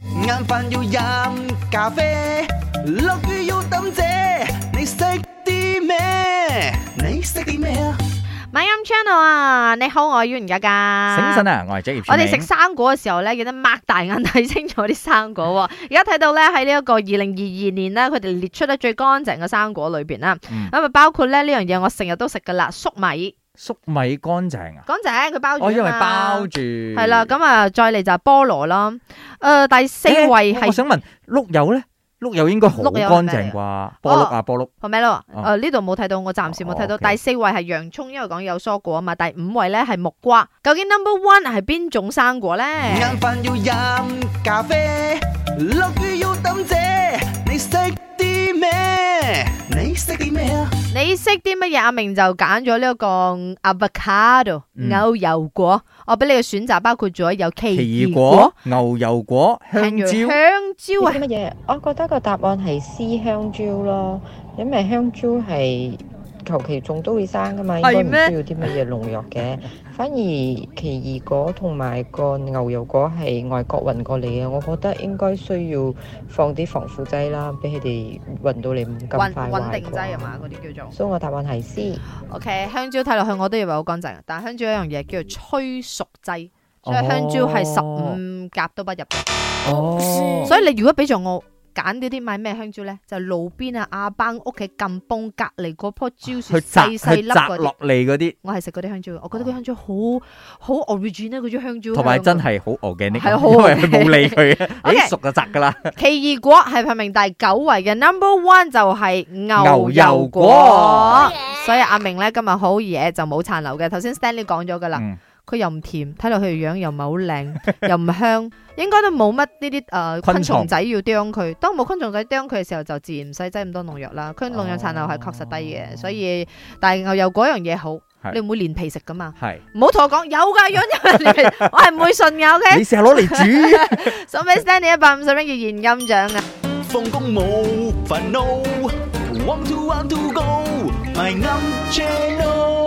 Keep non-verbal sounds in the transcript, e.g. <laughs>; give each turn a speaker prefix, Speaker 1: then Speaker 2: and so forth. Speaker 1: 晏飯要飲咖啡，落雨要抌遮，你識啲咩？你識啲咩啊？
Speaker 2: My Am Channel 啊，你好，我係袁家家。
Speaker 3: 醒神啊！我係職業
Speaker 2: 我哋食生果嘅時候咧，記得擘大眼睇清楚啲生果
Speaker 3: <laughs>
Speaker 2: 喎。而家睇到咧喺呢一個二零二二年咧，佢哋列出得最乾淨嘅生果裏邊啦。
Speaker 3: 嗯
Speaker 2: 咁啊，包括咧呢樣嘢，我成日都食噶啦，粟米
Speaker 3: 粟米乾淨啊！
Speaker 2: 乾淨，佢包住啊
Speaker 3: 我
Speaker 2: 嘛。
Speaker 3: 因為包住
Speaker 2: 係
Speaker 3: 係
Speaker 2: 啦，咁啊，再嚟就係菠蘿啦。誒，第四位
Speaker 3: 我
Speaker 2: 係
Speaker 3: 想問碌柚咧，碌柚應該好
Speaker 2: 碌柚係
Speaker 3: 乾
Speaker 2: 咩
Speaker 3: 淨
Speaker 2: 嚟
Speaker 3: 啩？菠碌啊，菠碌
Speaker 2: 係咩咯？
Speaker 3: 哦
Speaker 2: 誒呢度冇睇到，我暫時冇睇到。
Speaker 3: 哦，OK
Speaker 2: 第四位係洋葱，因為講有蔬果啊嘛。第五位咧係木瓜。究竟 number one 係邊種生果咧？
Speaker 3: 嗯
Speaker 1: 晏飯要飲咖啡，落雨要抌遮，你識啲咩？你識啲咩啊？
Speaker 2: 你識啲乜嘢？阿明就揀咗呢一個嗯 avocado
Speaker 3: 嗯
Speaker 2: 牛油果，我俾你嘅選擇包括咗有奇
Speaker 3: 奇
Speaker 2: 異
Speaker 3: 異果、牛油果、香
Speaker 2: 香
Speaker 3: 蕉。
Speaker 2: 蕉啊
Speaker 4: 呢啲，乜嘢？我覺得個答案係 C 香蕉咯，因為香蕉係求其種都會生噶嘛，應該
Speaker 2: 係
Speaker 4: 唔
Speaker 2: 咩
Speaker 4: 需要啲乜嘢農藥
Speaker 2: <laughs>
Speaker 4: 嘅。反而奇異果同埋個牛油果係外國運過嚟嘅，我覺得應該需要放啲防腐劑啦，俾佢哋運到嚟唔
Speaker 2: 穩
Speaker 4: 咁快
Speaker 2: 穩
Speaker 4: 壞
Speaker 2: 定劑啊嘛，
Speaker 4: 啩。
Speaker 2: 嗰啲叫做。
Speaker 4: 所以我答案係 C。
Speaker 2: OK，香蕉睇落去我都以為好乾淨，但係香蕉有一樣嘢叫做催熟劑，所以
Speaker 3: 哦
Speaker 2: 香蕉係十五格都不入。
Speaker 3: 哦，
Speaker 2: 所以你如果俾咗我揀呢啲買咩香蕉咧，就路邊啊阿班屋企咁崩隔離嗰棵蕉樹
Speaker 3: 去摘
Speaker 2: 細細
Speaker 3: 去
Speaker 2: 粒
Speaker 3: 摘
Speaker 2: 嗰啲
Speaker 3: 落，嚟嗰啲，
Speaker 2: 我係食嗰啲香蕉嘅，我覺得嗰啲香蕉好好 original 嗰啲香蕉
Speaker 3: 哦同
Speaker 2: 香
Speaker 3: 埋
Speaker 2: 啊
Speaker 3: 真係好 organic，
Speaker 2: 係好
Speaker 3: 因為佢冇
Speaker 2: <laughs>
Speaker 3: 理佢，
Speaker 2: OK
Speaker 3: 誒熟就摘噶啦。
Speaker 2: 奇異果係排名第九位嘅，number one 就係牛
Speaker 3: 牛
Speaker 2: 油
Speaker 3: 油
Speaker 2: 果
Speaker 3: 果。
Speaker 2: 所以阿明咧今日好嘢就冇殘留嘅。頭先 Stanley 講咗噶啦，
Speaker 3: 嗯
Speaker 2: 佢又唔甜，睇落去樣又唔係好靚， <laughs> 又唔香，應該都冇乜呢啲誒昆
Speaker 3: 昆蟲
Speaker 2: 蟲仔要啄佢。當冇昆蟲仔啄佢嘅時候，就自然唔使擠咁多農藥啦。佢農藥殘留係確實低嘅，
Speaker 3: 哦
Speaker 2: 所以但係牛油果樣嘢好，
Speaker 3: 係
Speaker 2: 你唔會連皮食噶嘛。
Speaker 3: 係，
Speaker 2: 唔好同我講有㗎樣有連皮，我係唔會信嘅。OK，
Speaker 3: 你試下攞嚟煮。
Speaker 2: 送俾 Stanley 一百五十蚊嘅現金獎啊！
Speaker 1: 放工冇煩惱，want to want to go，咪啱 channel。